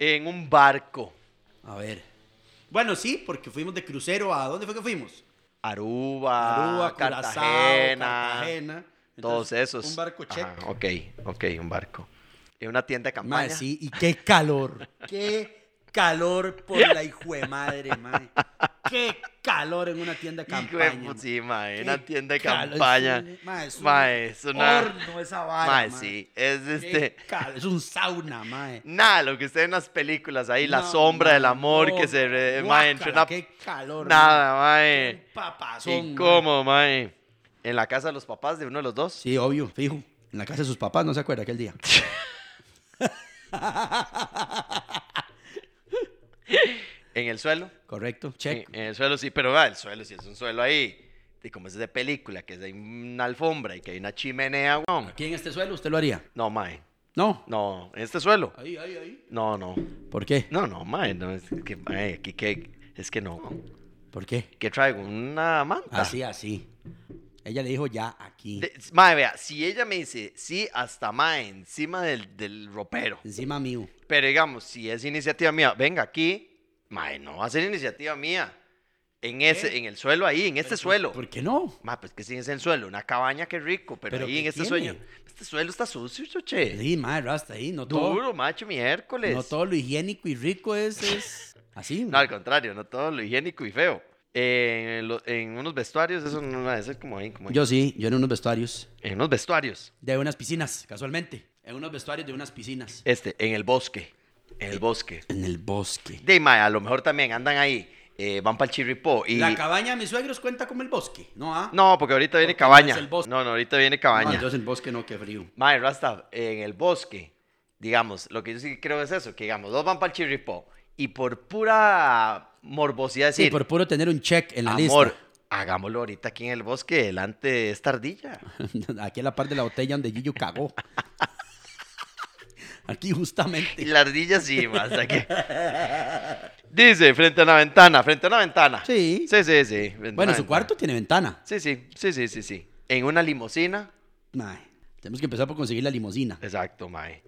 B: en un barco.
A: A ver. Bueno, sí, porque fuimos de crucero a... ¿Dónde fue que fuimos?
B: Aruba,
A: Aruba, Curazao,
B: Ah, Cartagena,
A: Cartagena.
B: todos
A: Entonces,
B: esos.
A: Un barco checo.
B: Ajá, ok, ok, un barco. En una tienda de campaña.
A: Mae, sí, y qué calor. Qué calor por la hijo de madre, mae. Qué calor en una tienda de
B: Hijo de
A: campaña.
B: pu-
A: mae.
B: sí, mae,
A: Qué
B: una tienda de
A: calor, es
B: campaña.
A: un- mae, es un
B: Mae, es una-
A: horno esa vara,
B: Mae,
A: mae.
B: sí, es
A: Qué
B: este...
A: calor, es un sauna, mae.
B: Nada, lo que usted ve en las películas ahí, la
A: No,
B: sombra
A: mae,
B: del amor
A: no,
B: que se... re-
A: guácala,
B: Mae, entre una-
A: qué calor.
B: Nada,
A: mae.
B: mae.
A: Un papazón. mae.
B: Incómodo, mae. En la casa de los papás de uno de los dos.
A: Sí, obvio, fijo. En la casa de sus papás, no se acuerda aquel día.
B: En el suelo.
A: Correcto,
B: En,
A: check.
B: en el suelo sí, pero ah, el suelo sí es un suelo ahí. Y como es de película, que hay una alfombra y que hay una chimenea, weón.
A: Aquí en este suelo usted lo haría.
B: No, mae.
A: No.
B: No, en este suelo.
A: Ahí, ahí, ahí.
B: No, no.
A: ¿Por qué?
B: No, no, mae. No, es que, mae, aquí que. Es que no.
A: ¿Por qué?
B: ¿Qué traigo? Una manta.
A: Así, así. Ella le dijo ya aquí.
B: Ah. De- Mae, vea, si ella me dice sí, hasta mae, encima del, del ropero.
A: Encima mío.
B: Pero digamos, si es iniciativa mía, venga aquí. Mae, no va a ser iniciativa mía. En ese, en el suelo ahí, en este suelo.
A: ¿Por qué no?
B: Ma, pues que sí es el suelo, una cabaña, qué rico, pero,
A: ¿Pero
B: ahí
A: qué
B: en este
A: tiene?
B: sueño. Este suelo está sucio, choche.
A: Sí, madre, Rasta, ahí no todo,
B: Duro, macho, miércoles.
A: no
B: No,
A: todo lo higiénico y rico es, es así.
B: al contrario, no todo lo higiénico y feo. Eh, en, lo- en unos vestuarios, eso no eso es como ahí, como ahí.
A: Yo sí, yo en unos vestuarios
B: En unos vestuarios.
A: de unas piscinas, casualmente. En unos vestuarios de unas piscinas.
B: Este, en el bosque. En el bosque.
A: En el bosque.
B: De mae, a lo mejor también andan ahí, eh, van para el chirripó y.
A: La cabaña de mis suegros cuenta como el bosque, ¿no? Ah?
B: No, porque ahorita viene
A: Porque no es
B: cabaña.
A: el bosque.
B: No, no, ahorita viene
A: No,
B: cabaña.
A: entonces el bosque no, qué frío.
B: Mae, Rasta, en el bosque, digamos, lo que yo sí creo es eso, que digamos, dos van para el chirripó y por pura morbosidad
A: Sí,
B: decir,
A: por puro tener un check en la
B: amor, hagámoslo ahorita aquí en el bosque, delante de esta ardilla.
A: lista. Aquí a la par de la botella donde Gillo cagó. Aquí justamente.
B: Y la ardilla sí, más aquí. Dice, frente a una ventana, frente a una ventana.
A: Sí.
B: Sí, sí, sí. frente a
A: Bueno,
B: una
A: su
B: ventana.
A: cuarto tiene ventana.
B: Sí, sí, sí, sí, sí, sí. En una limusina.
A: Mae, tenemos que empezar por conseguir la limusina.
B: Exacto, mae.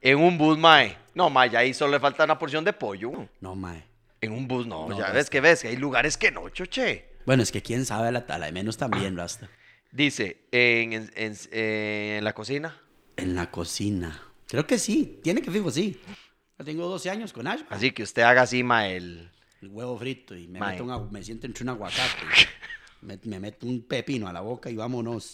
B: En un bus, mae. No, mae, ya ahí solo le falta una porción de pollo.
A: No, mae.
B: En un bus, no.
A: No,
B: ya
A: no,
B: ves que ves, que hay lugares que no, choche.
A: Bueno, es que quién sabe la tala de menos también, Rasta.
B: Dice, en, en- en- eh, en la cocina.
A: En la cocina. Creo que sí, tiene que fijo, sí. Ya tengo 12 años con Ash.
B: Así que usted haga así, ma, el...
A: El huevo frito y me,
B: Mae.
A: meto un agu- me siento entre un aguacate. me, me meto un pepino a la boca y vámonos.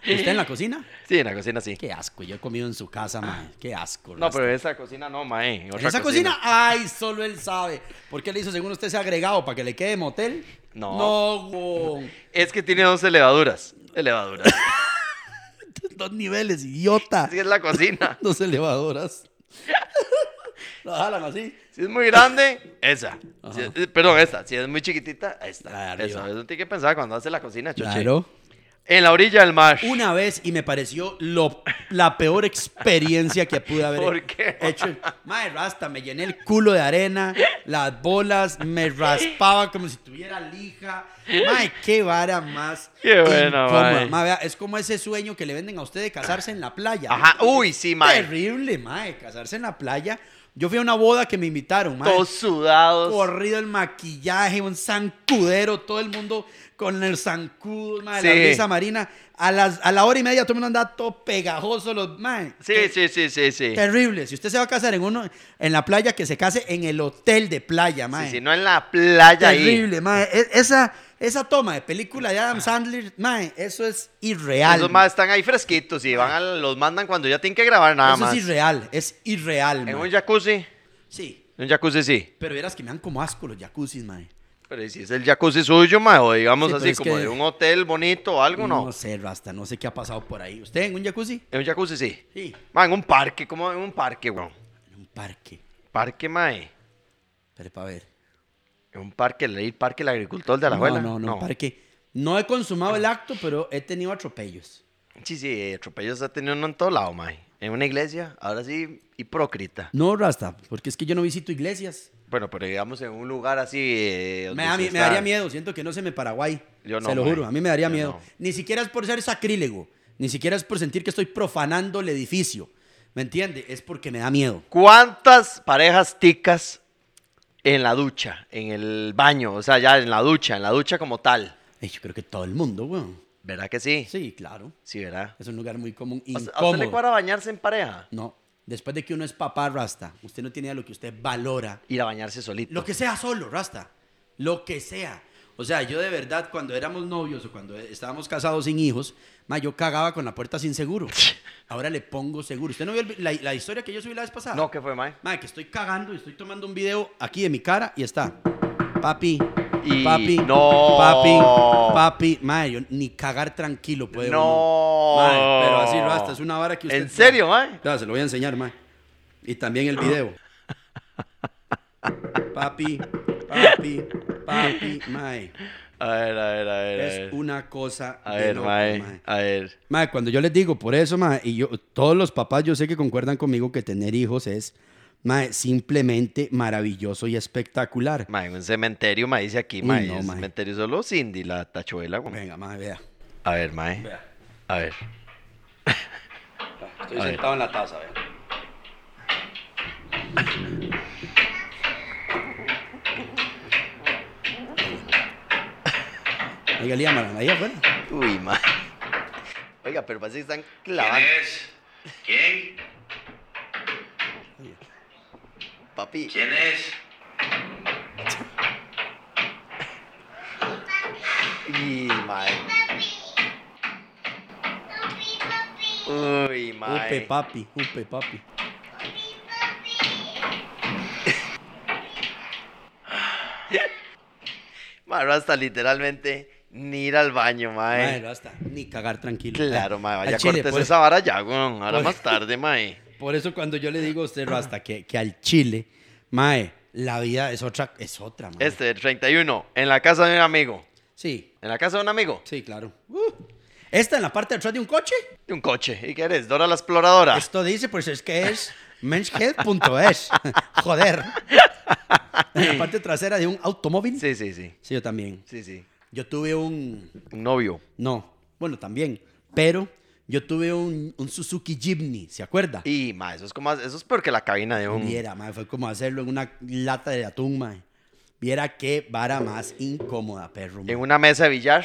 A: ¿Usted en la cocina?
B: Sí, en la cocina sí.
A: Qué asco, yo he comido en su casa, mae. Qué asco.
B: No,
A: Rasta.
B: pero en esa cocina no, ma, eh, en
A: ¿En
B: otra
A: esa cocina? ay, solo él sabe. ¿Por qué le hizo según usted ese agregado para que le quede motel?
B: No.
A: No, huevón.
B: Es que tiene dos elevaduras. Elevaduras.
A: Dos niveles, idiota.
B: Así es la cocina.
A: Dos elevadoras. Lo jalan así.
B: Si es muy grande, esa.
A: Ajá.
B: Si es- eh, perdón, esta. Si es muy chiquitita,
A: La
B: esta.
A: de
B: Eso,
A: arriba.
B: eso tiene que pensar cuando hace la cocina, choche. En la orilla del mar.
A: Una vez y me pareció lo, la peor experiencia que pude haber
B: ¿Por qué?
A: hecho. Madre rasta, me llené el culo de arena, las bolas, me raspaba como si tuviera lija. Madre, qué vara más.
B: Qué bueno,
A: incómoda.
B: mae.
A: Mae, vea, es como ese sueño que le venden a usted de casarse en la playa.
B: Ajá. Uy, sí, mae.
A: Terrible, mae, casarse en la playa. Yo fui a una boda que me invitaron, mae.
B: Todos sudados.
A: Corrido el maquillaje, un zancudero, todo el mundo con el zancudo, mae, la
B: Sí.
A: brisa marina. A, las, a la hora y media todo el mundo andaba todo pegajoso, los mae.
B: Sí, sí, sí, sí, sí.
A: Terrible. Si usted se va a casar en uno en la playa, que se case en el hotel de playa, mae.
B: Si no en la playa ahí.
A: Terrible, mae. E- Esa, esa toma de película de Adam Sandler, mae, eso es irreal.
B: Esos
A: mae.
B: más están ahí fresquitos y van a, los mandan cuando ya tienen que grabar nada
A: Eso
B: más.
A: es irreal, es irreal,
B: En
A: mae.
B: un jacuzzi.
A: Sí,
B: En un jacuzzi sí.
A: pero verás que me dan como asco los jacuzzis, mae.
B: Pero ¿y si es el jacuzzi suyo, mae, o digamos
A: Sí, pero
B: así,
A: es
B: como
A: que-
B: de un hotel bonito o algo, no.
A: No sé, Rasta, no sé qué ha pasado por ahí. ¿Usted en un jacuzzi?
B: En un jacuzzi sí.
A: Sí.
B: Ma, en un parque, como en un parque, weón.
A: En un parque.
B: Parque, mae.
A: Pero para ver.
B: En un parque, leí Parque el Agricultor de
A: no,
B: la abuela.
A: no, no, parque. No he consumado el acto, pero he tenido atropellos.
B: Sí, sí, atropellos ha tenido uno en todo lado, mae. En una iglesia, ahora sí, hipócrita.
A: No, Rasta, porque es que yo no visito iglesias.
B: Bueno, pero digamos en un lugar así. eh, donde
A: Me, da-
B: usted
A: me
B: está-
A: daría miedo, siento que no se me Paraguay.
B: Yo no,
A: se lo
B: mae.
A: juro, a mí me daría
B: Yo
A: miedo.
B: no.
A: Ni siquiera es por ser sacrílego, ni siquiera es por sentir que estoy profanando el edificio. ¿Me entiende? Es porque me da miedo.
B: ¿Cuántas parejas ticas en la ducha, en el baño? O sea, ya en la ducha, en la ducha como tal.
A: Ey, yo creo que todo el mundo, weón.
B: ¿Verdad que sí? Sí,
A: Sí, claro.
B: ¿verdad?
A: Es un lugar muy común.
B: ¿A usted- ¿A usted le
A: incómodo.
B: cuadra bañarse en pareja?
A: No. Después de que uno es papá, Rasta, usted no tiene idea de lo que usted valora.
B: Ir a bañarse solito.
A: Lo que sea solo, Rasta. Lo que sea. O sea, yo de verdad, cuando éramos novios o cuando estábamos casados sin hijos, ma, yo cagaba con la puerta sin seguro. Ahora le pongo seguro. ¿Usted no vio el vi- la, la historia que yo subí la vez pasada?
B: No, ¿qué fue, mae?
A: Ma, que estoy cagando y estoy tomando un video aquí de mi cara y está. Papi,
B: Y-
A: papi,
B: no.
A: papi, papi. Ma, yo ni cagar tranquilo puede uno.
B: No.
A: Mae, pero así, Rasta, es una vara que usted...
B: ¿En serio, mae?
A: Ya, se lo voy a enseñar, mae. Y también el video. papi, papi, papi, mae.
B: A ver, a ver, a ver. a ver.
A: Es una cosa
B: Eh. A
A: de
B: ver,
A: loco,
B: mae. A ver.
A: Mae, cuando yo les digo por eso, mae, y yo, todos los papás yo sé que concuerdan conmigo que tener hijos es, mae, simplemente maravilloso y espectacular.
B: Mae, un cementerio, mae, dice aquí,
A: Uy,
B: mae.
A: no,
B: un
A: mae.
B: cementerio solo Cindy, la tachuela, güey.
A: Venga, mae, vea.
B: A ver, mae. A ver.
A: Estoy
B: A ver.
A: en la taza, vea. Oiga, Lía, Marana, ahí afuera.
B: Uy, mae. Oiga, pero parece que están
E: ¿Quién
B: clavando.
E: es? ¿Quién?
B: Papi.
E: ¿Quién es?
B: Uy, mae. Uy, mae.
A: Upe papi, upe papi.
B: Mae, hasta literalmente ni ir al baño, mae.
A: Mae, basta, ni cagar tranquilo.
B: Claro, mae,
A: Al
B: vaya
A: chile, pues.
B: cortes
A: por,
B: esa vara ya, weón. Ahora
A: por-
B: más tarde, mae.
A: por eso cuando yo le digo a usted, Rasta, que, que al Chile, mae, la vida es otra, es otra, mae.
B: Este, el 31, en la casa de un amigo.
A: Sí,
B: ¿En la casa de un amigo?
A: sí, claro. Uh, ¿Esta en la parte de atrás de un coche?
B: De un coche. ¿Y qué eres? Dora la exploradora.
A: Esto dice, pues es que es menshead.es. Joder. En la parte trasera de un automóvil.
B: Sí, sí, sí.
A: Sí, yo también.
B: Sí, sí.
A: Yo tuve un.
B: Un novio.
A: No, bueno, también. Pero yo tuve un, un Suzuki Jimny, ¿se acuerda?
B: Y, ma, eso es como, eso es peor que la cabina de un...
A: Viera, mae, fue como hacerlo en una lata de atún, mae. Viera qué vara más incómoda, perro. mae.
B: En una mesa de billar.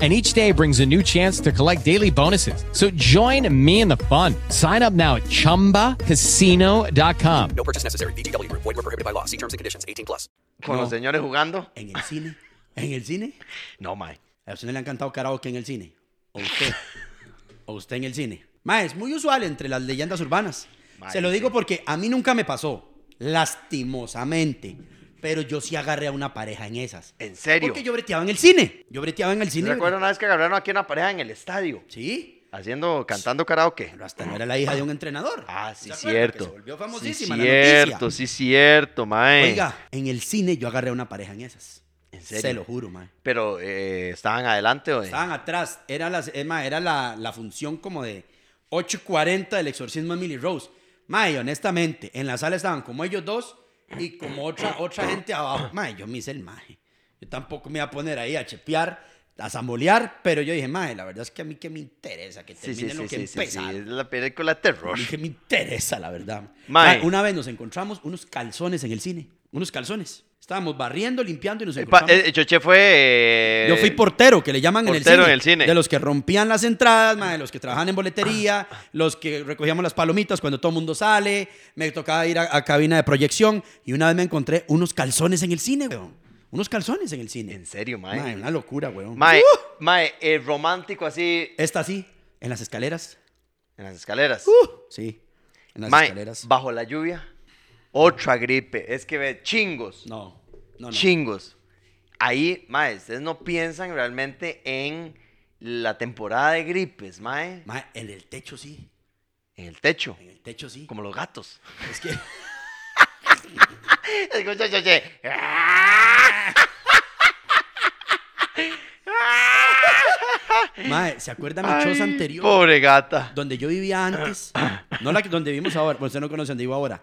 C: And each day brings a new chance to collect daily bonuses. So join me in the fun. Sign up now at chumbacasino.com.
F: No purchase necessary. VGW Group. Void were prohibited by law. See terms and conditions. 18 plus.
B: Con los señores jugando.
A: En el cine. En el cine.
B: No, ma.
A: A usted no le han cantado karaoke en el cine. ¿O usted? o usted en el cine. Ma, es muy usual entre las leyendas urbanas.
B: Ma,
A: Se lo
B: sí.
A: digo porque a mí nunca me pasó, lastimosamente. Pero yo sí agarré a una pareja en esas.
B: ¿En serio?
A: Porque yo breteaba en el cine. Yo breteaba en el
B: ¿Se
A: cine.
B: acuerdan una vez que agarraron aquí una pareja en el estadio?
A: Sí.
B: Haciendo, cantando karaoke.
A: Pero hasta no era la hija de un entrenador.
B: Ah, sí,
A: ¿Se acuerda?
B: cierto.
A: Que se volvió
B: Sí,
A: famosísima la
B: cierto,
A: noticia.
B: sí, cierto, mae.
A: Oiga, en el cine yo agarré a una pareja en esas.
B: ¿En serio?
A: Se lo juro, man.
B: Pero, eh, ¿estaban adelante o...?
A: Estaban atrás. Era, las, es más, era la, la función como de 8.40 del exorcismo de Millie Rose. Mae, honestamente, en la sala estaban como ellos dos y como otra, otra gente abajo. Mae, yo me hice el maje. Yo tampoco me iba a poner ahí a chepear, a zambolear, pero yo dije, mae, la verdad es que a mí que me interesa que
B: Sí,
A: termine
B: sí, sí,
A: lo que
B: sí, sí, sí,
A: empezaron.
B: es la película de terror. Eh,
A: Dije, me interesa, la verdad.
B: Mae.
A: Mae, Una vez nos encontramos unos calzones en el cine. Unos calzones. Estábamos barriendo, limpiando y nos
B: Eh, pa-
A: encontramos.
B: eh, Choche fue... eh,
A: Yo fui portero, que le llaman en el,
B: portero
A: cine,
B: en el cine.
A: De los que rompían las entradas, mae, de los que trabajan en boletería, los que recogíamos las palomitas cuando todo el mundo sale. Me tocaba ir a, a cabina de proyección y una vez me encontré unos calzones en el cine, weón. Unos calzones en el cine.
B: En serio, mae.
A: Mae, una locura, weón.
B: Mae,
A: Uh,
B: mae, eh, romántico así
A: Esta sí, en las escaleras.
B: en las escaleras.
A: Uh, sí, en las
B: Mae,
A: escaleras.
B: bajo la lluvia, otra gripe. Es que ve, chingos,
A: No, no, no.
B: chingos. Ahí, mae, ustedes no piensan realmente en la temporada de gripes, mae.
A: Mae, en el techo sí.
B: En el techo,
A: En el techo sí.
B: como los gatos.
A: Es que.
B: Escucha, yo, yo.
A: Mae, ¿se acuerdan la choza
B: Ay,
A: anterior?
B: Pobre gata.
A: Donde yo vivía antes, no la que donde vivimos ahora, pues usted no conoce donde vivo ahora.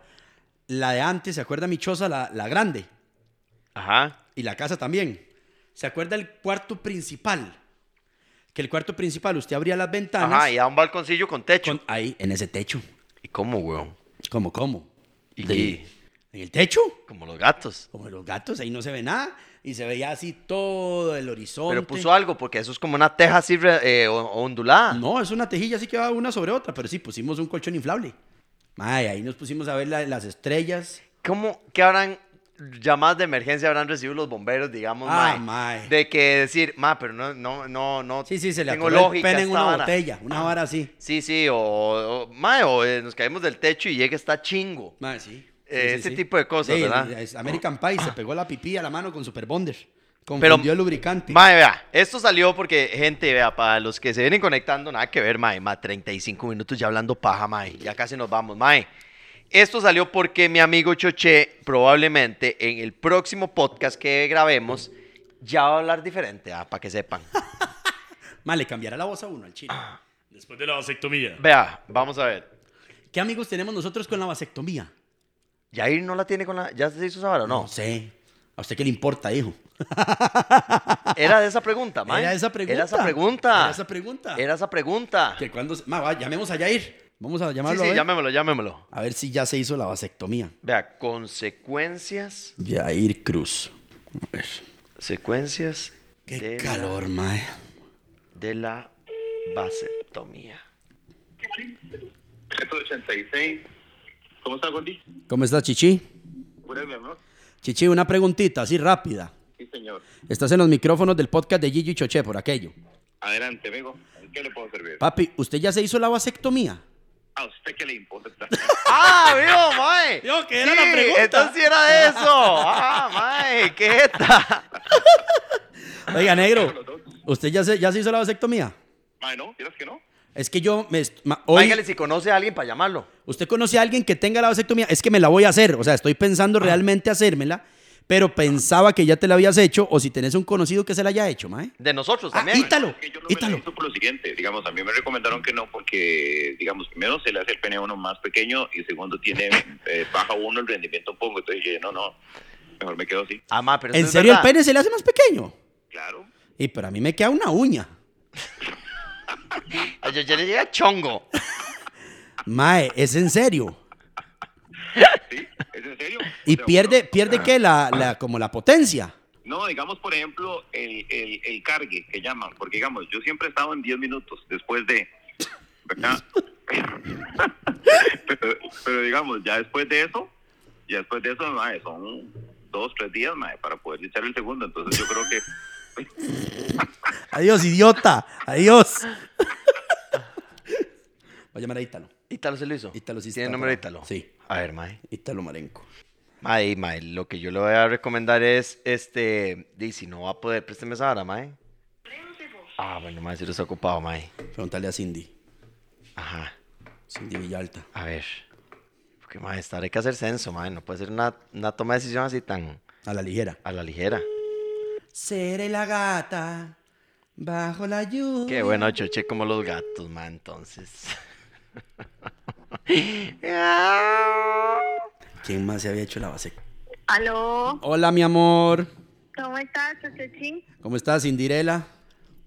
A: La de antes, ¿se acuerda mi choza, la, la grande?
B: Ajá.
A: Y la casa también. ¿Se acuerda el cuarto principal? Que el cuarto principal, usted abría las ventanas.
B: Ajá, y a un balconcillo con techo.
A: con- ahí, en ese techo.
B: ¿Y cómo, weón?
A: ¿Cómo, cómo?
B: ¿Y
A: De-
B: qué?
A: ¿En el techo?
B: Como los gatos.
A: Como los gatos, ahí no se ve nada. Y se veía así todo el horizonte.
B: Pero puso algo, porque eso es como una teja así re- eh, o- o ondulada.
A: No, es una tejilla así que va una sobre otra, pero sí, pusimos un colchón inflable. Mae, ahí nos pusimos a ver la- las estrellas.
B: ¿Cómo que habrán llamadas de emergencia habrán recibido los bomberos, digamos,
A: Ah,
B: mae?
A: mae.
B: De que decir, ma, pero no, no, no, no.
A: Sí, sí, se le
B: tengo
A: atoró el
B: lógica
A: pene en
B: esta
A: una
B: vara".
A: botella, una vara así.
B: Sí, sí, o, o mae, o eh, nos caemos del techo y llega está chingo.
A: Mae, sí. Sí,
B: Eh,
A: sí,
B: ese
A: sí.
B: tipo de cosas,
A: Sí,
B: ¿verdad?
A: es American Pie se pegó la pipí a la mano con Super Bonder.
B: Pero-
A: Confundió el lubricante.
B: Mae, vea, esto salió porque, gente, vea, para los que se vienen conectando, nada que ver, mae, mae, 35 minutos ya hablando paja, mae, ya casi nos vamos, mae. Esto salió porque mi amigo Choche, probablemente en el próximo podcast que grabemos, ya va a hablar diferente, para que sepan.
A: Mae, le cambiará la voz a uno al chino.
G: Después de la vasectomía.
B: Vea, vamos a ver.
A: ¿Qué amigos tenemos nosotros con la vasectomía?
B: Yair no la tiene con la. ¿Ya se hizo esa vara o no?
A: sé. ¿A usted qué le importa, hijo?
B: Era de esa pregunta, mae.
A: Era esa pregunta.
B: Era esa pregunta.
A: Era esa pregunta.
B: Era esa pregunta.
A: Que cuando... se- Mae, va, llamemos a Jair. Vamos a
B: Sí,
A: llamarlo
B: sí,
A: a, ver.
B: llamémoslo, llamémoslo.
A: a ver si ya se hizo la vasectomía.
B: Vea, consecuencias.
A: Jair Cruz. A ver.
B: Secuencias
A: Qué
B: de,
A: calor, mae.
B: de la vasectomía.
E: 186. ¿Cómo está, Gondi?
A: ¿Cómo estás, Chichi?
E: Pura, mi amor.
A: Chichi, una preguntita así rápida.
E: Sí, señor.
A: Estás en los micrófonos del podcast de Gigi Choché por aquello.
E: Adelante, amigo. ¿En qué le puedo servir?
A: Papi, ¿usted ya se hizo la vasectomía?
E: ¿A usted qué le importa?
B: ¡Ah, vio, mae!
A: Vio que era la pregunta.
B: Entonces sí era de eso. ¡Ah, mae! ¡Qué eta!
A: Oiga, negro, ¿usted ya se, ya se hizo la vasectomía?
E: Mae, Ah, no, ¿quieres que no?
A: Es que yo me... est- ma- hoy,
B: Váigale si conoce a alguien para llamarlo.
A: ¿Usted conoce a alguien que tenga la vasectomía? Es que me la voy a hacer. O sea, estoy pensando
B: Ah.
A: realmente hacérmela, pero pensaba que ya te la habías hecho o si tenés un conocido que se la haya hecho, mae.
B: De nosotros
A: Ah,
B: también.
A: Ítalo,
E: Es que yo no me la
A: Ítalo.
E: hizo por lo siguiente. Digamos, a mí me recomendaron que no porque, digamos, primero se le hace el pene a uno más pequeño y segundo tiene, eh, baja uno el rendimiento un poco. Entonces yo dije, no, no, mejor me quedo así.
B: Ah, mae, pero eso
A: ¿En
B: es
A: serio el
B: verdad.
A: pene se le hace más pequeño?
E: Claro.
A: Y pero a mí me queda una uña.
B: A Yoye le llega chongo.
A: Mae, es en serio.
E: ¿Sí? ¿Es en serio?
A: Y
E: O sea,
A: pierde,
E: uno-
A: pierde que la, la- como la potencia.
E: No, digamos, por ejemplo, el, el, el cargue que llaman, porque digamos, yo siempre he estado en 10 minutos después de. ¿Verdad? pero, pero, digamos, ya después de eso, ya después de eso, mae, son dos, tres días, mae, para poder echar el segundo. Entonces yo creo que.
A: Adiós, idiota. Adiós. Voy a llamar a Ítalo.
B: Ítalo se lo hizo.
A: Ítalo sí está
B: ¿Tiene el nombre de
A: bravo.
B: Ítalo?
A: Sí.
B: A ver, Mae.
A: Ítalo Marenco.
B: Mae, Mae, lo que yo le voy a recomendar es, este, di, si no va a poder, présteme esa hora, Mae. Ah, bueno, Mae, si lo está ocupado, Mae.
A: Pregúntale a Cindy.
B: Ajá,
A: Cindy Villalta.
B: a ver. Porque, Mae, esta hora hay que hacer censo, Mae. No puede ser una, una toma de decisión así tan
A: A la ligera.
B: a la ligera.
A: Seré la gata bajo la lluvia.
B: Qué bueno, choché como los gatos, Mae, entonces. Bien,
A: ¿Quién más se había hecho la base?
H: Aló,
A: Hola, mi amor.
H: ¿cómo estás, Chochechín?
A: ¿Cómo estás, Cindirela?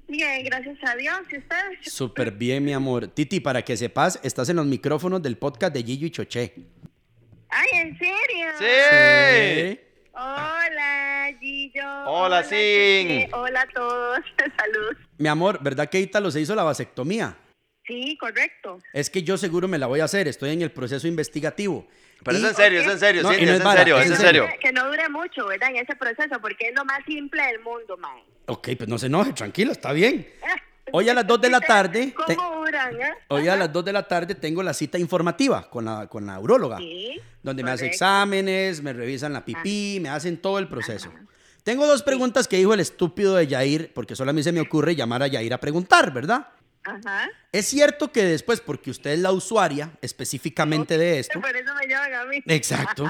H: Bien, gracias a Dios. ¿Y ustedes?
A: Súper bien, mi amor. Titi, para que sepas, estás en los micrófonos del podcast de Gillo y Choché.
H: Ay, ¿en serio?
A: ¿Eh?
B: ¡Sí!
H: Hola, Gillo.
B: Hola, Sin.
H: Choche. Hola a todos. Salud.
A: Mi amor, ¿verdad que Ítalo se hizo la vasectomía?
H: Sí, correcto.
A: Es que yo seguro me la voy a hacer, estoy en el proceso investigativo.
B: Pero es
A: Y-
B: en serio, es en serio,
A: No, y
B: Cindy,
A: no
B: es
A: es
B: en
A: vara,
B: serio,
A: es
B: es en
A: en
B: serio.
H: Que no dure mucho, ¿verdad? En ese proceso, porque es lo más simple del mundo, mae.
A: Ok, pues no se enoje, tranquilo, está bien. Hoy a las 2 de la tarde,
H: ¿Cómo
A: te-
H: duran, eh?
A: hoy a las 2 de la tarde tengo la cita informativa con la, con la uróloga,
H: Sí.
A: donde me hace
H: correcto. Ah.
A: exámenes, me revisan la pipí, me hacen todo el proceso. Tengo dos preguntas que dijo el estúpido de Yair, porque solo a mí se me ocurre llamar a Yair a preguntar, ¿verdad?
H: Ajá.
A: Es cierto que después, porque usted es la usuaria específicamente de esto,
H: Por eso me llevan a mí.
A: Exacto.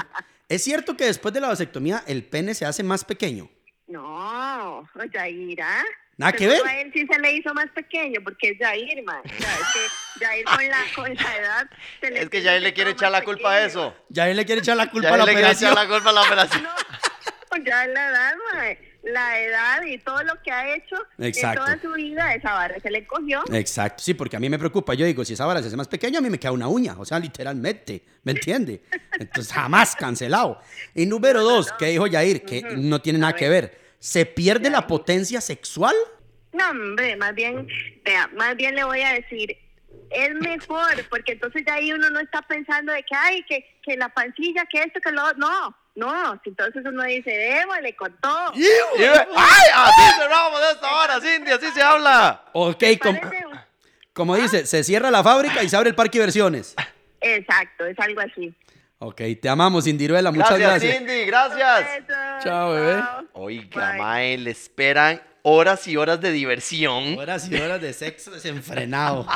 A: ¿Es cierto que después de la vasectomía el pene se hace más pequeño?
H: No, Jaira.
A: Nada que ver.
H: A él sí se le hizo más pequeño porque es Jair, man. O sea, es que Jair con la, con la edad. se le
B: Es que
H: tiene
B: ya él le
H: hacer
B: quiere
H: todo
B: echar
H: más
B: la culpa a
H: pequeño.
B: eso.
A: Ya él le quiere echar la culpa
B: Ya
A: a la
B: él le quiere
A: operación.
B: echar la culpa a la operación.
H: No, ya la edad, man. La edad y todo lo que ha hecho
A: Exacto.
H: en toda su vida, esa vara se le cogió.
A: Exacto, sí, porque a mí me preocupa. Yo digo, si esa vara se hace más pequeña, a mí me queda una uña. O sea, literalmente, ¿me entiende? Entonces, jamás cancelado. Y número dos, que dijo Yair, que no tiene nada que ver. ¿Se pierde la potencia sexual?
H: No, hombre, más bien, vea, más bien le voy a decir, es mejor, porque entonces ya ahí uno no está pensando de que, ay, que, que la pancilla, que esto, que lo otro. No, no, entonces uno dice, démosle con todo.
B: Y ve- ¡Ay! Así cerramos esta hora, Cindy, así se habla.
A: Ok, como,
H: Parece un-
B: Ah.
A: como dice, se cierra la fábrica y se abre el parque de diversiones.
H: Exacto, es algo así.
A: Ok, te amamos, Indiruela, muchas
B: Gracias,
A: gracias.
B: Cindy, gracias.
H: Eso,
A: Chao, bebé.
B: Oiga,
H: Bye.
B: mae, le esperan horas y horas de diversión.
A: Horas y horas de sexo desenfrenado.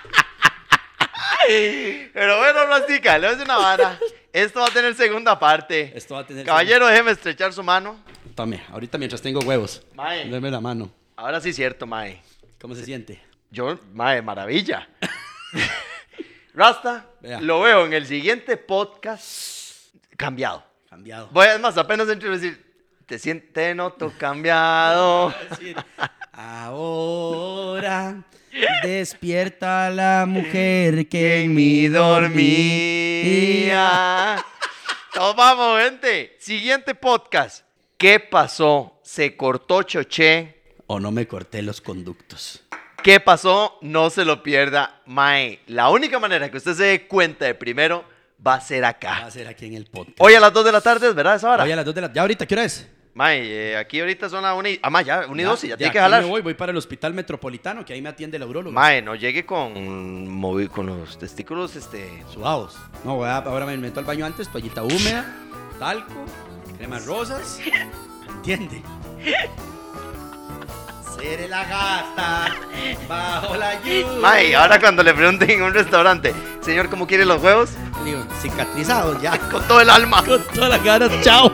B: Pero bueno, Rastica, le voy a decir una vara. Esto va a tener segunda parte.
A: Esto va a tener
B: Caballero, déjeme estrechar su mano.
A: Tome, ahorita mientras tengo huevos.
B: Mae.
A: Deme la mano.
B: Ahora sí, cierto, mae.
A: ¿Cómo se siente?
B: Yo, mae, maravilla. Rasta,
A: Vea.
B: lo veo en el siguiente podcast cambiado.
A: Cambiado.
B: Voy a- es más, apenas entro y decir, te sientes, te noto cambiado.
A: Ahora despierta la mujer que
B: en mi dormía. Nos vamos, gente. Siguiente podcast. ¿Qué pasó? ¿Se cortó Choché?
A: O no me corté los conductos.
B: ¿Qué pasó? No se lo pierda, Mae. La única manera que usted se dé cuenta de primero va a ser
A: Va
B: acá.
A: a ser aquí en el podcast.
B: Hoy a las 2 de la tarde, ¿verdad? Esa hora.
A: Hoy a las 2 de la ¿Ya ahorita qué hora es?
B: Mae, eh, aquí ahorita son las 1 y... Ah, mae, ya, 1 y 12, ya,
A: de
B: tiene que
A: aquí
B: jalar.
A: Me voy, voy para el hospital metropolitano, que ahí me atiende el urologo.
B: Mae, no llegue con, movi- con los testículos, este...
A: Sudados. No, voy a- ahora me meto al baño antes, toallita húmeda, talco, cremas rosas. ¿Entiende? Seré la gata bajo la lluvia.
B: Mae, ahora cuando le pregunten en un restaurante, señor, ¿cómo quiere los huevos?
A: Digo, cicatrizados ya.
B: Con todo el alma.
A: Con todas las ganas, chao.